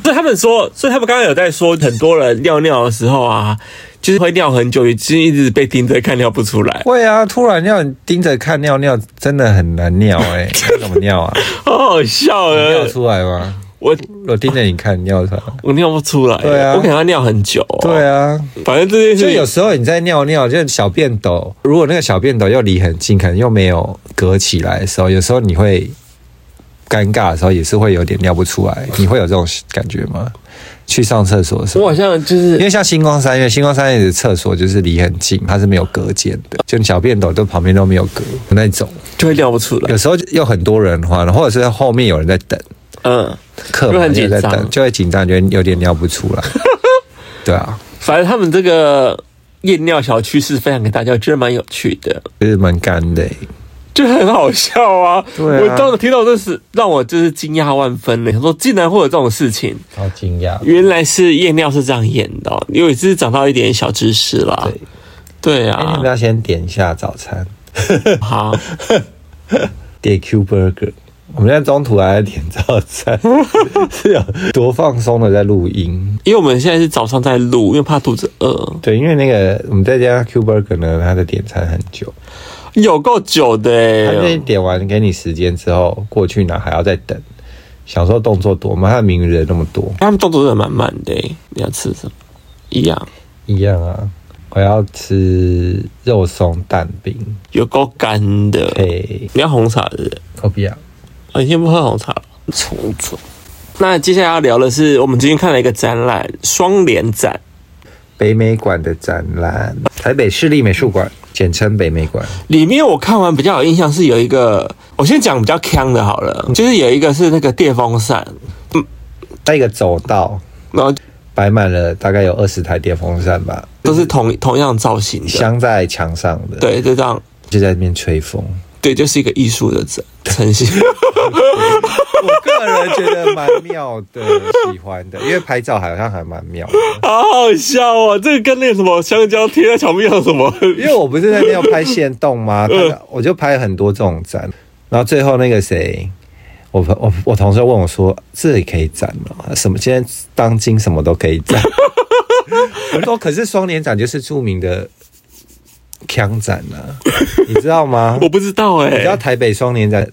所以他们说，所以他们刚刚有在说，很多人尿尿的时候啊，就是会尿很久，已经一直被盯着看尿不出来，会啊，突然尿盯着看尿尿，真的很难尿哎、 欸，怎么尿啊？好好笑尿啊！出来吗？我我盯着你看尿出来吗。我尿不出来，对啊我可能要尿很久、哦。对啊，反正这件就事有情时候你在尿尿，就是小便斗，如果那个小便斗又离很近，可能又没有隔起来的时候，有时候你会尴尬的时候，也是会有点尿不出来。你会有这种感觉吗？去上厕所的时候，我好像就因是为像星光三月，星光三月的厕所就是离很近，它是没有隔间的，就你小便斗都旁边都没有隔那种。就会尿不出来，有时候有很多人的话，或者是后面有人在等，嗯，客就满很有人在紧张 等，就会紧张，觉得有点尿不出来。对啊，反正他们这个验尿小趋势分享给大家，我觉得蛮有趣的，就是蛮干的欸、就很好笑啊！对啊我当时听到这是让我就是惊讶万分的，想说竟然会有这种事情，好惊讶。原来是验尿是这样验的、哦，因为只是长到一点小知识啦。对，对哎、你啊们，要先点一下早餐， 好，点 Q Burger。我们现在中途还在点早 餐，是有多放松的在录音。因为我们现在是早上在录，因为怕肚子饿，对，因为那个我们在家 Q Burger 呢，它的点餐很久，有够久的、它这欸，点完给你时间之后过去拿还要再等。小时候动作多嘛，它的名人那么多，他们动作真的蛮慢的、欸。你要吃什么？一样，一样啊。我要吃肉松蛋饼有够干的。配你要红茶的，我不要啊，你先不喝红茶了，重做。那接下来要聊的是，我们最近看了一个展览，双联展。北美馆的展览，台北市立美术馆，简称北美馆。里面我看完比较有印象是有一个，我先讲比较坑的好了，就是有一个是那个电风扇，在一个走道然后摆满了大概有二十台电风扇吧，都是同同样造型的，镶在墙上的，，对，就这样，就在那边吹风。对，就是一个艺术的展呈现。我个人觉得蛮妙的，喜欢的，因为拍照好像还蛮妙的。 好好笑哦！这个跟那个什么香蕉贴在墙壁上什么， 因为我不是在那要拍线动吗？他我就拍很多这种展，然后最后那个谁，我朋我我同事问我说：“这也可以展吗？什么？现在当今什么都可以展。”我说：“可是双年展就是著名的枪展啊，你知道吗？我不知道哎、你知道台北双年展，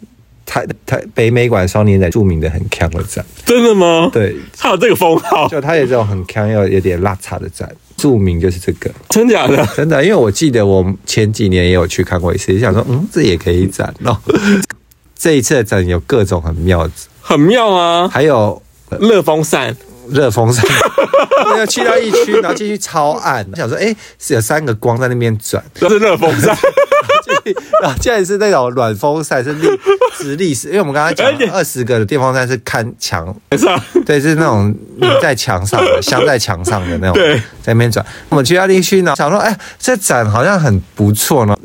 台台北美馆双年展著名的很强的展，真的吗？，对，还有这个封号，就它有这种很强又有点拉碴的展，著名就是这个。真假的？真的，因为我记得我前几年也有去看过一次，想说嗯，这也可以展哦。 这一次的展有各种很妙的，很妙啊！还有呃热风扇，热风扇， 我要去到一区，然后进去超暗，我想说哎、是有三个光在那边转， 这是热风 扇，就是然后竟然是那种软风扇，是立直立式，因为我们刚才而且讲二十个的电风扇是看墙没事啊， 对，是那种你在墙上的，镶在墙上的那种对，在那边转。我们去到地区呢，想说，哎，这展好像很不错呢。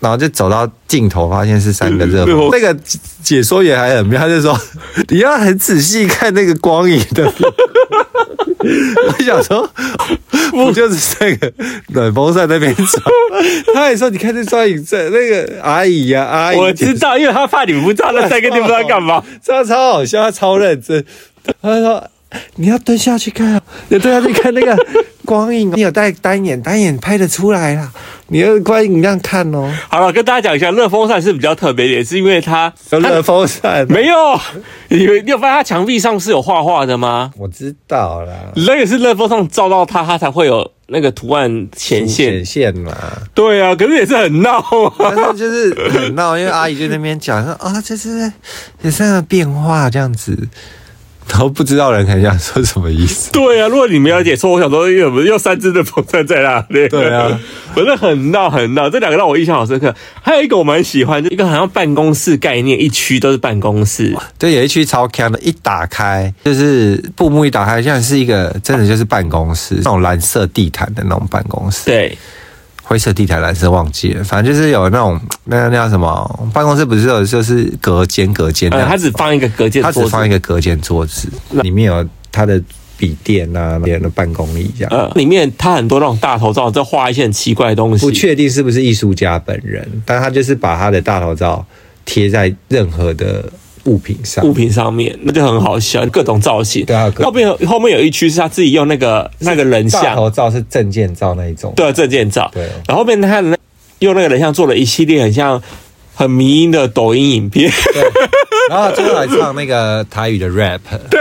然后就走到尽头，发现是三个热嗯热风风。那个解解说员还很妙，他就说 你要很仔细看那个光影的。 我想说， 不就是那个暖风扇那边转？ 他还说，你看这双影在那个阿姨呀、阿姨，哎我知道，因为他怕你们不知道 那三个地方在干嘛。他超好笑，他超认真。他说：“你要蹲下去看啊，你要蹲下去看那个光影，啊你有带单眼，单眼拍得出来啦。你要光影这样看哦， 好了，跟大家讲一下，热风扇是比较特别一点，是因为它有热风扇。”没有，你有你有发现它墙壁上是有画画的吗？我知道啦，那个是热风扇照到它，它才会有那个图案显现显。现 嘛。对啊，可是也是很闹 啊。但是就是很闹，因为阿姨就在那边讲说啊，这是有这样的变化这样子，然后不知道人很想说什么意思。对啊，如果你没了解错，我想说，有没有三只的风扇在那里？对啊，反正很闹很闹。这两个让我印象好深刻。还有一个我蛮喜欢，就一个好像办公室概念，一区都是办公室。对，有一区超强的，一打开就是布幕一打开，像是一个真的就是办公室，那种蓝色地毯的那种办公室，对，灰色地毯蓝色忘记了，反正就是有那种那那叫什么办公室，不是有就是隔间隔间那呃，样，它只嗯放一个隔间它桌子，嗯只放一个隔间桌子，里面有他的笔电啊，别人的办公椅这样。呃，里面它很多那种大头照，再画一些很奇怪的东西。不确定是不是艺术家本人，但他就是把他的大头照贴在任何的物品上物。品上面，那就很好笑，各种造型。对啊各后面有后面有一区是他自己用那个那个人大像，头照是证件照那一种，对证件照，对哦然后后面他的那用那个人像做了一系列很像很迷因的抖音影片， 然后最后来唱那个台语的 rap。对，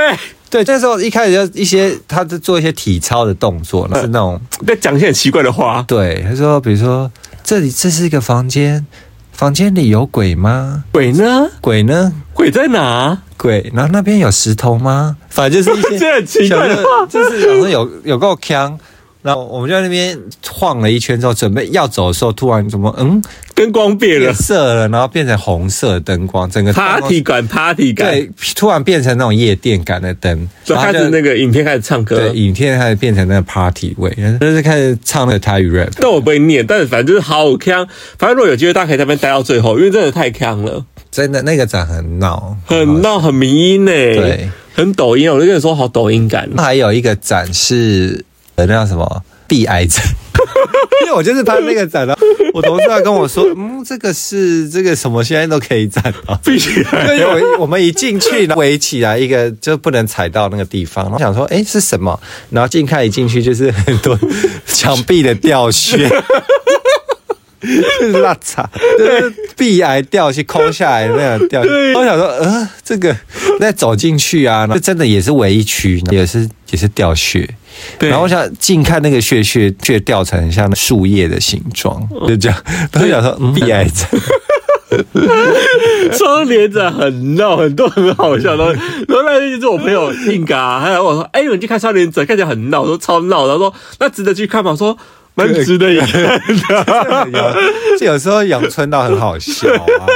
对，这时候一开始就一些，他就做一些体操的动作，嗯是那种在讲一些很奇怪的话，对，他说，比如说这里这是一个房间，房间里有鬼吗？鬼呢？鬼呢？鬼在哪？鬼，然后那边有石头吗？反正就是 一些这很奇怪的话想说就是想说有有够呛。然后我们就在那边晃了一圈之后，准备要走的时候，突然怎么嗯，灯光变了变，色了，然后变成红色灯光，整个办公室 party 感 party 感，对，突然变成那种夜店感的灯，所以然后开就始那个影片开始唱歌对，影片开始变成那个 party 味，就是开始唱那个台语 rap。但我不会念，但是反正就是好坑。反正如果有机会，大家可以在那边待到最后，因为真的太坑了，真的那个展很闹，很闹，很迷音呢、对，啊很抖音啊。我就跟你说，好抖音感。那还有一个展是呃那叫什么避癌展， 因为我就是拍那个展的，我同事还跟我说，嗯，这个是这个什么现在都可以展啊。必须 来因为我我们一进去然后围起来一个就不能踩到那个地方，然后想说哎是什么，然后近看一进去就是很多墙壁的吊靴， 就是拉碴，就是壁癌掉去抠下来的那种掉。我想说呃这个再走进去啊，然后这真的也是唯一区，也是也是吊靴。对然后我想近看那个血血血掉成很像树叶的形状，就这样。 然后想说，嗯，壁癌症，双连展很闹，很多很好笑。然后，然后那天就是我朋友硬嘎，他来问我说：“哎、你们去看双连展，看起来很闹。”我说：“超闹。”然后说：“那值得去看吗？”我说：“蛮值得一看 的。有有时候养春到很好笑啊。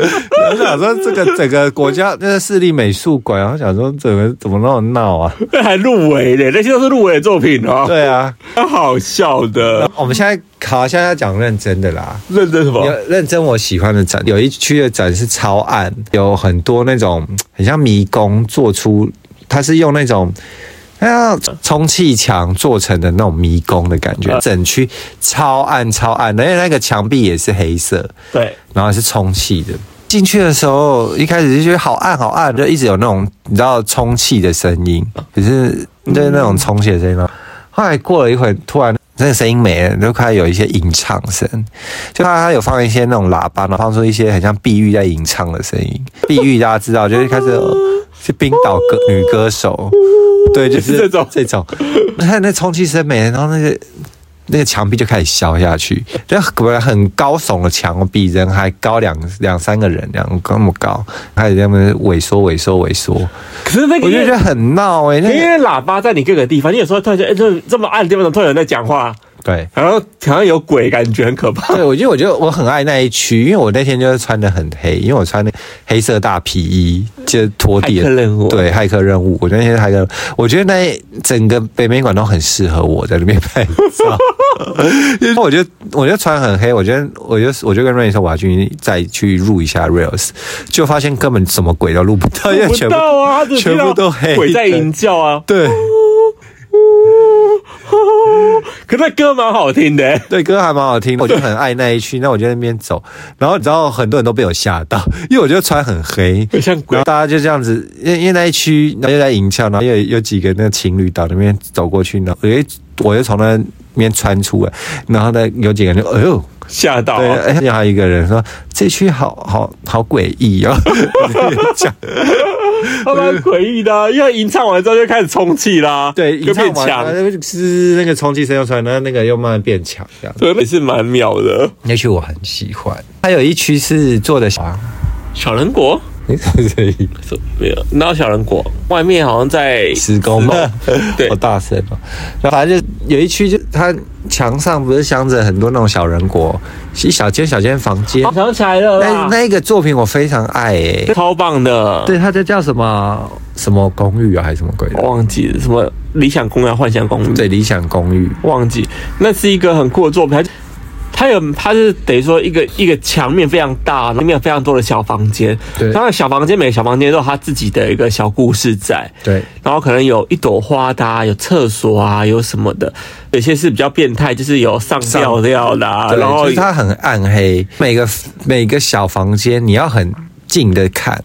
我想说，这个整个国家那个市立美术馆，然后想说，怎么怎么那么闹啊？”那还入围嘞，那些都是入围的作品哦，对啊，蛮好笑的。我们现在好，现在要讲认真的啦。认真什么？有认真我喜欢的展，有一区的展是超暗，有很多那种很像迷宫做出，它是用那种。那充气墙做成的那种迷宫的感觉，嗯整区超暗超暗，而且那个墙壁也是黑色，对，然后是充气的。进去的时候，一开始就觉得好暗好暗，就一直有那种你知道充气的声音，可是就是那种充气的声音嘛。后来过了一会儿，突然那个声音没了，就开始有一些吟唱声，就他他有放一些那种喇叭，然后放出一些很像碧玉在吟唱的声音。碧玉大家知道，就是开始有是冰岛歌女歌手，对，就是这种这种。看那充气声没了，然后那个那个墙壁就开始削下去，就本来很高耸的墙，比人还高两两三个人，两那么高，开始在那边萎缩、萎缩、萎缩，可是那个我就因为觉得很闹哎、因那个为喇叭在你各个地方，你有时候突然觉得，哎、这这么暗的地方怎么突然有人在讲话，对。好像好像有鬼，感觉很可怕。 对，我觉得我觉得我很爱那一区，因为我那天就是穿的很黑，因为我穿那黑色大皮衣，就是拖地骇的客任务对骇客任务，我那天是骇客，我觉得那一整个北美馆都很适合我在那边拍照， 因为我觉得我就穿很黑，我觉得我就我就跟瑞说我要去再去入一下 reels，就发现根本什么鬼都录不到，因为不全部到啊，他只听全到部都黑的鬼在吟叫啊。对。可那歌蛮好听的、对，歌还蛮好听，我就很爱那一区。那我就在那边走，然后你知道很多人都被我吓到，因为我就穿很黑，很像鬼然后大家就这样子，因为因为那一区，然后又在营销，然后又有有几个那个情侣岛那边走过去，然后我就我就从那边穿出来，然后呢有几个人就哎呦。吓到、对，啊。而且还有一个人说这区好好好诡异哦， 讲他蛮诡异的啊、因为吟唱完之后就开始充气啦，对，就变完强，了，是那个充气声又出来，然后那个又慢慢变强，这样子。对，那也是蛮妙的。那区我很喜欢，还有一区是做的 啥？小人国你怎么这里是没有，那小人国外面好像在施工嘛， 对好大声哦。然后反正就有一区，就它墙上不是镶着很多那种小人国，一小间小间房间。哦想起来了那啦，那个作品我非常爱诶、超棒的。对，它就叫什么什么公寓啊，还是什么鬼的？我忘记了什么理想公园、幻想公园，对，理想公寓。忘记那是一个很酷的作品，它它有它是等于说一个一个墙面非常大，里面有非常多的小房间，对当然小房间每个小房间都有它自己的一个小故事在，对，然后可能有一朵花的、啊，有厕所啊，有什么的，有些是比较变态，就是有上吊吊的、啊，对然后就是它很暗黑，每个每个小房间你要很近的看，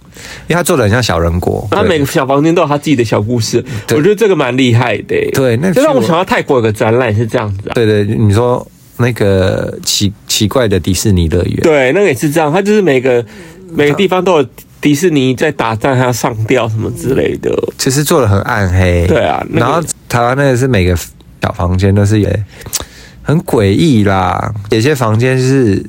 因为它做的很像小人国。然后对每个小房间都有它自己的小故事，对我觉得这个蛮厉害的、欸，对那就让是我我想到泰国有个展览是这样子啊。对对，你说那个奇奇怪的迪士尼乐园。对，那个也是这样，它就是每嗯个每个地方都有迪士尼在打仗，还要上吊什么之类的。就是做的很暗黑。对啊那个然后台湾那个是每个小房间都是也很诡异啦，有些房间是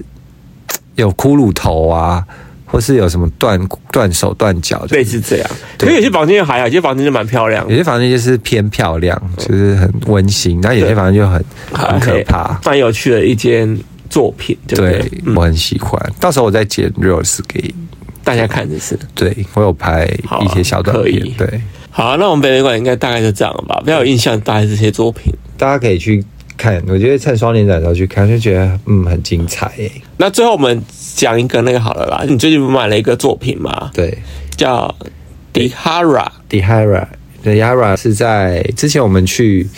有骷髅头啊，或是有什么断断手断脚，类似这样，可对是有些房间还好，有些房间就蛮漂亮有，些房间就是偏漂哦哎亮，就是很温馨，然后有些房间就很很可怕。蛮有趣的一间作品，对不对对？嗯我很喜欢。到时候我再剪 reels 给，大家看这是。对我有拍好啊一些小短可以片，对，好、那我们北美馆应该大概就这样了吧？比较有印象，大概是这些作品。大家可以去看。我觉得趁双年展的时候去看，就觉得嗯很精彩耶。那最后我们讲一个那个好了啦，你最近不买了一个作品嘛，对叫《迪哈拉》， ，Dihara 的 Yara 是在之前我们去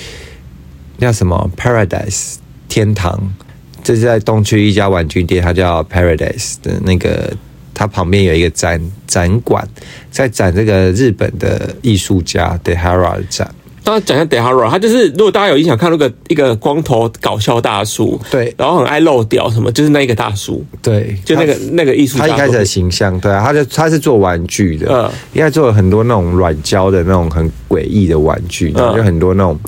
那叫什么 Paradise 天堂，这是在东区一家玩具店，它叫 Paradise 的那个。它旁边有一个展展馆，在展这个日本的艺术家 Dehara 的展，那讲一下 Dehara，他就是如果大家有印象，看那个一个光头搞笑大叔，对然后很爱漏屌什么，就是那个大叔，对，就那个它那个艺术家他作一品。开始的形象，对啊，他就他是做玩具的，嗯应该做了很多那种软胶的那种很诡异的玩具，然后就很多那种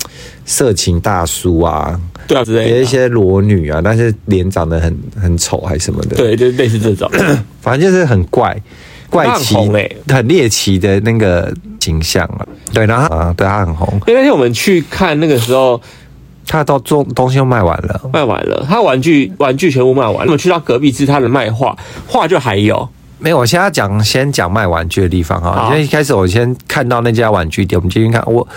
色情大叔啊，对啊之类也的有一些裸女啊，但是脸长得很很丑还什么的，，对，就是类似这 种。哎反正就是很怪。怪奇他很红欸，很猎奇的那个形象啊，对，然后他啊，对他很红，因为那天我们去看那个时候他到做东西都卖完了，卖完了，他玩具玩具全部卖完了。我们去到隔壁是他的卖画，画就还有。没有，我现在讲先讲卖玩具的地方哈，好因为一开始我先看到那家玩具店，我们进去看，我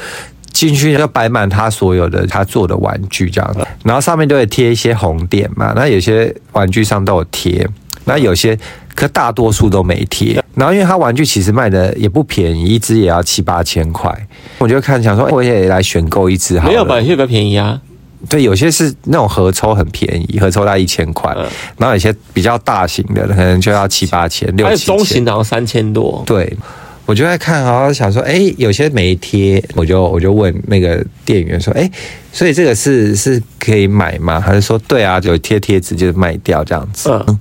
进去就摆满他所有的他做的玩具这样子，然后上面都会贴一些红点嘛，那有些玩具上都有贴，那有些可大多数都没贴，然后因为他玩具其实卖的也不便宜，一只也要七八千块，我就看想说，哎我也来选购一只好了，没有吧？有些比较便宜啊。对，有些是那种合抽很便宜，合抽大概一千块，嗯然后有些比较大型的可能就要七八千、六还有七千。中型的好像三千多，对，我就在看，然后想说，哎、有些没贴，我就我就问那个店员说，哎、所以这个是是可以买吗？他就说，对啊，有贴贴纸就卖掉这样子。嗯，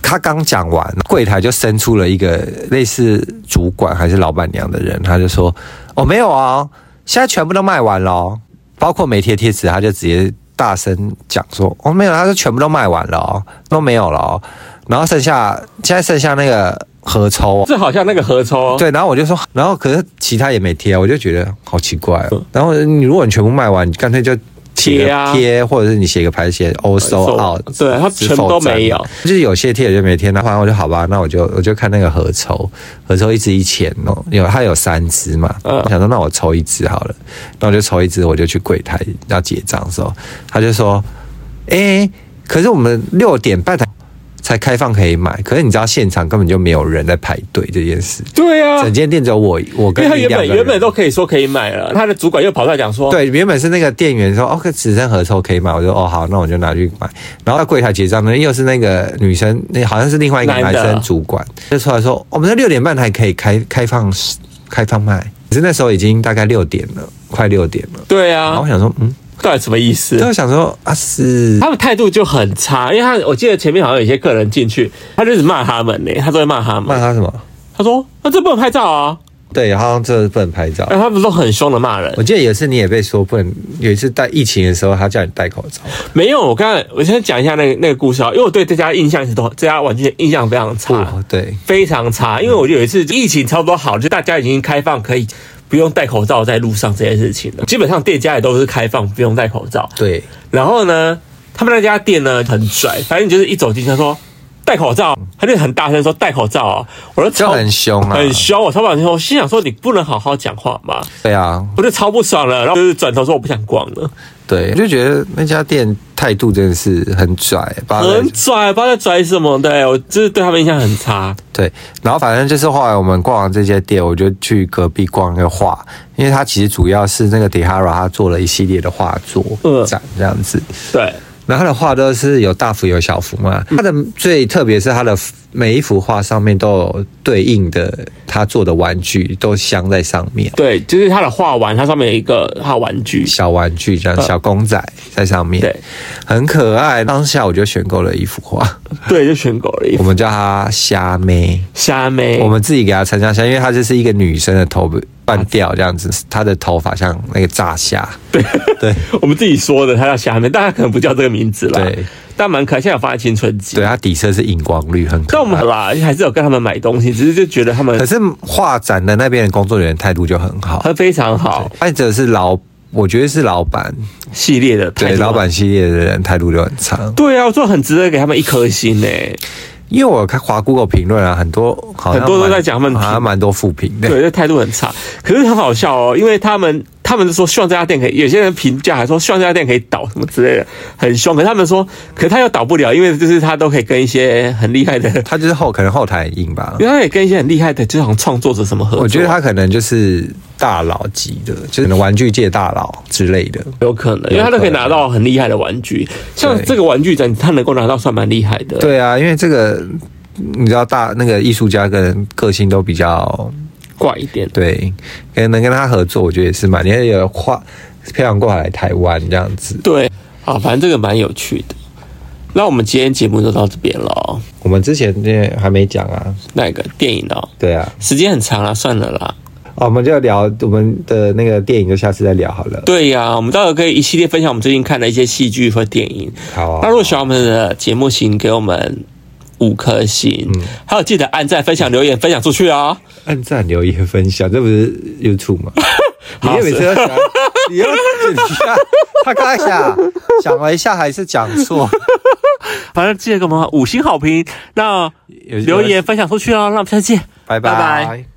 他刚讲完，柜台就伸出了一个类似主管还是老板娘的人，他就说，哦，没有啊、现在全部都卖完了哦、包括没贴贴纸，他就直接大声讲说，哦，没有，他说全部都卖完了、哦，都没有了、哦，然后剩下现在剩下那个合抽、哦。这好像那个合抽，对，然后我就说，然后可是其他也没贴，我就觉得好奇怪、哦嗯。然后你如果你全部卖完，你干脆就写个贴啊贴，或者是你写个牌写 all sold sold out，对它全部都没有，就是有些贴也就没贴。那后来我就好吧，那我就我就看那个合抽，合抽一支一千哦，有它有三支嘛，嗯我想说那我抽一支好了，那我就抽一支，我就去柜台要结账的时候，他就说，诶，可是我们六点半才。才开放可以买，可是你知道现场根本就没有人在排队这件事，对 啊，整间店只有我，我因跟为他你原两本个人原本都可以说可以买了，他的主管又跑出来讲说，，对，原本是那个店员说哦，可只剩合抽可以买，我说哦好，那我就拿去买。然后到柜台结账呢，又是那个女生，那好像是另外一个男男的生主管，就出来说我们这六点半还可以开开放开放卖，可是那时候已经大概六点了，快六点了。对然后啊我，想说，嗯，到底什么意思所以？我想说啊是他们态度就很差，因为他我记得前面好像有些客人进去，他就是骂他们呢、他都会骂他骂们，他什么？他说那、这不能拍照啊，哎对，好像这不能拍照。然后他们都很凶的骂人哎我。记得有一次你也被说不能，有一次在疫情的时候，他叫你戴口罩。没有，我刚才我先讲一下那个那个故事啊，因为我对这家印象是都这家玩具店印象非常差。哦，对，非常差，因为我就有一次疫情差不多好，就大家已经开放可以不用戴口罩在路上这件事情了。基本上店家也都是开放不用戴口罩。对，然后呢，他们那家店呢很拽，反正你就是一走进去，他说戴口罩，他就很大声说戴口罩、哦，我就就超很凶啊，很凶，我超不爽，我心想说你不能好好讲话吗？对啊，我就超不爽了，然后就是转头说我不想逛了，对，就觉得那家店态度真的是很拽，把很拽，不知道在拽什么的，我就是对他们印象很差。对，然后反正就是后来我们逛完这些店，我就去隔壁逛一个画，因为它其实主要是那个 Dihara 他做了一系列的画作嗯展这样子，对，然后他的画都是有大幅有小幅嘛，嗯他的最特别是他的每一幅画上面都有对应的他做的玩具都镶在上面。对，就是他的画完，它上面有一个他的玩具，小玩具这样，嗯小公仔在上面，对，很可爱。当下我就选购了一幅画，对，就选狗了一我们叫它虾妹。虾妹，我们自己给她参加虾，因为她就是一个女生的头半掉这样子，她的头发像那个炸虾。对对 我们自己说的，它叫虾妹，但它可能不叫这个名字啦。对，但蛮可爱。现在有放在青春期，对，。她底色是荧光绿，很可但我们爱。啦，还是有跟他们买东西，只是就觉得他们可是画展的那边的工作人员态度就很好他，非常好。或者是老我觉得是老板，系列的态对度老板系列的人态度都很差。对啊，我说很值得给他们一颗星 呢、因为我看华 Google 评论啊，很多好像很多都蛮在讲他们好像蛮多负评的。对，这态度很差。可是很好笑哦，因为他们他们说希望这家店可以，有些人评价还说希望这家店可以倒什么之类的，很凶。可是他们说，可是他又倒不了，因为就是他都可以跟一些很厉害的， 他就是后可能后台很硬吧因为，他也跟一些很厉害的，就好像创作者什么合作。我觉得他可能就是大佬级的，就是可能玩具界大佬之类的。有可能，因为他都可以拿到很厉害的玩具，像对这个玩具展，他能够拿到算蛮厉害的。，对啊，因为这个你知道大那个艺术家跟人个性都比较怪一点。对，跟能跟他合作，我觉得也是蛮，因为有跨漂洋过海来台湾这样子。对，好，反正这个蛮有趣的。那我们今天节目就到这边了哦，我们之前因为还没讲啊，那个电影哦，对啊，时间很长了、算了啦。哦我们就聊我们的那个电影，就下次再聊好了。对呀、我们到时候可以一系列分享我们最近看的一些戏剧和电影。好啊那如果喜欢我们的节目，请给我们五颗星，还有记得按赞、分享、留言、分享出去哦。按赞、留言、分享，这不是 YouTube 吗？你好每次都想，你又你看他刚才想想了一下，还是讲 错。反正记得给我们五星好评，那有留言分享出去哦。那我们下次见，拜拜拜拜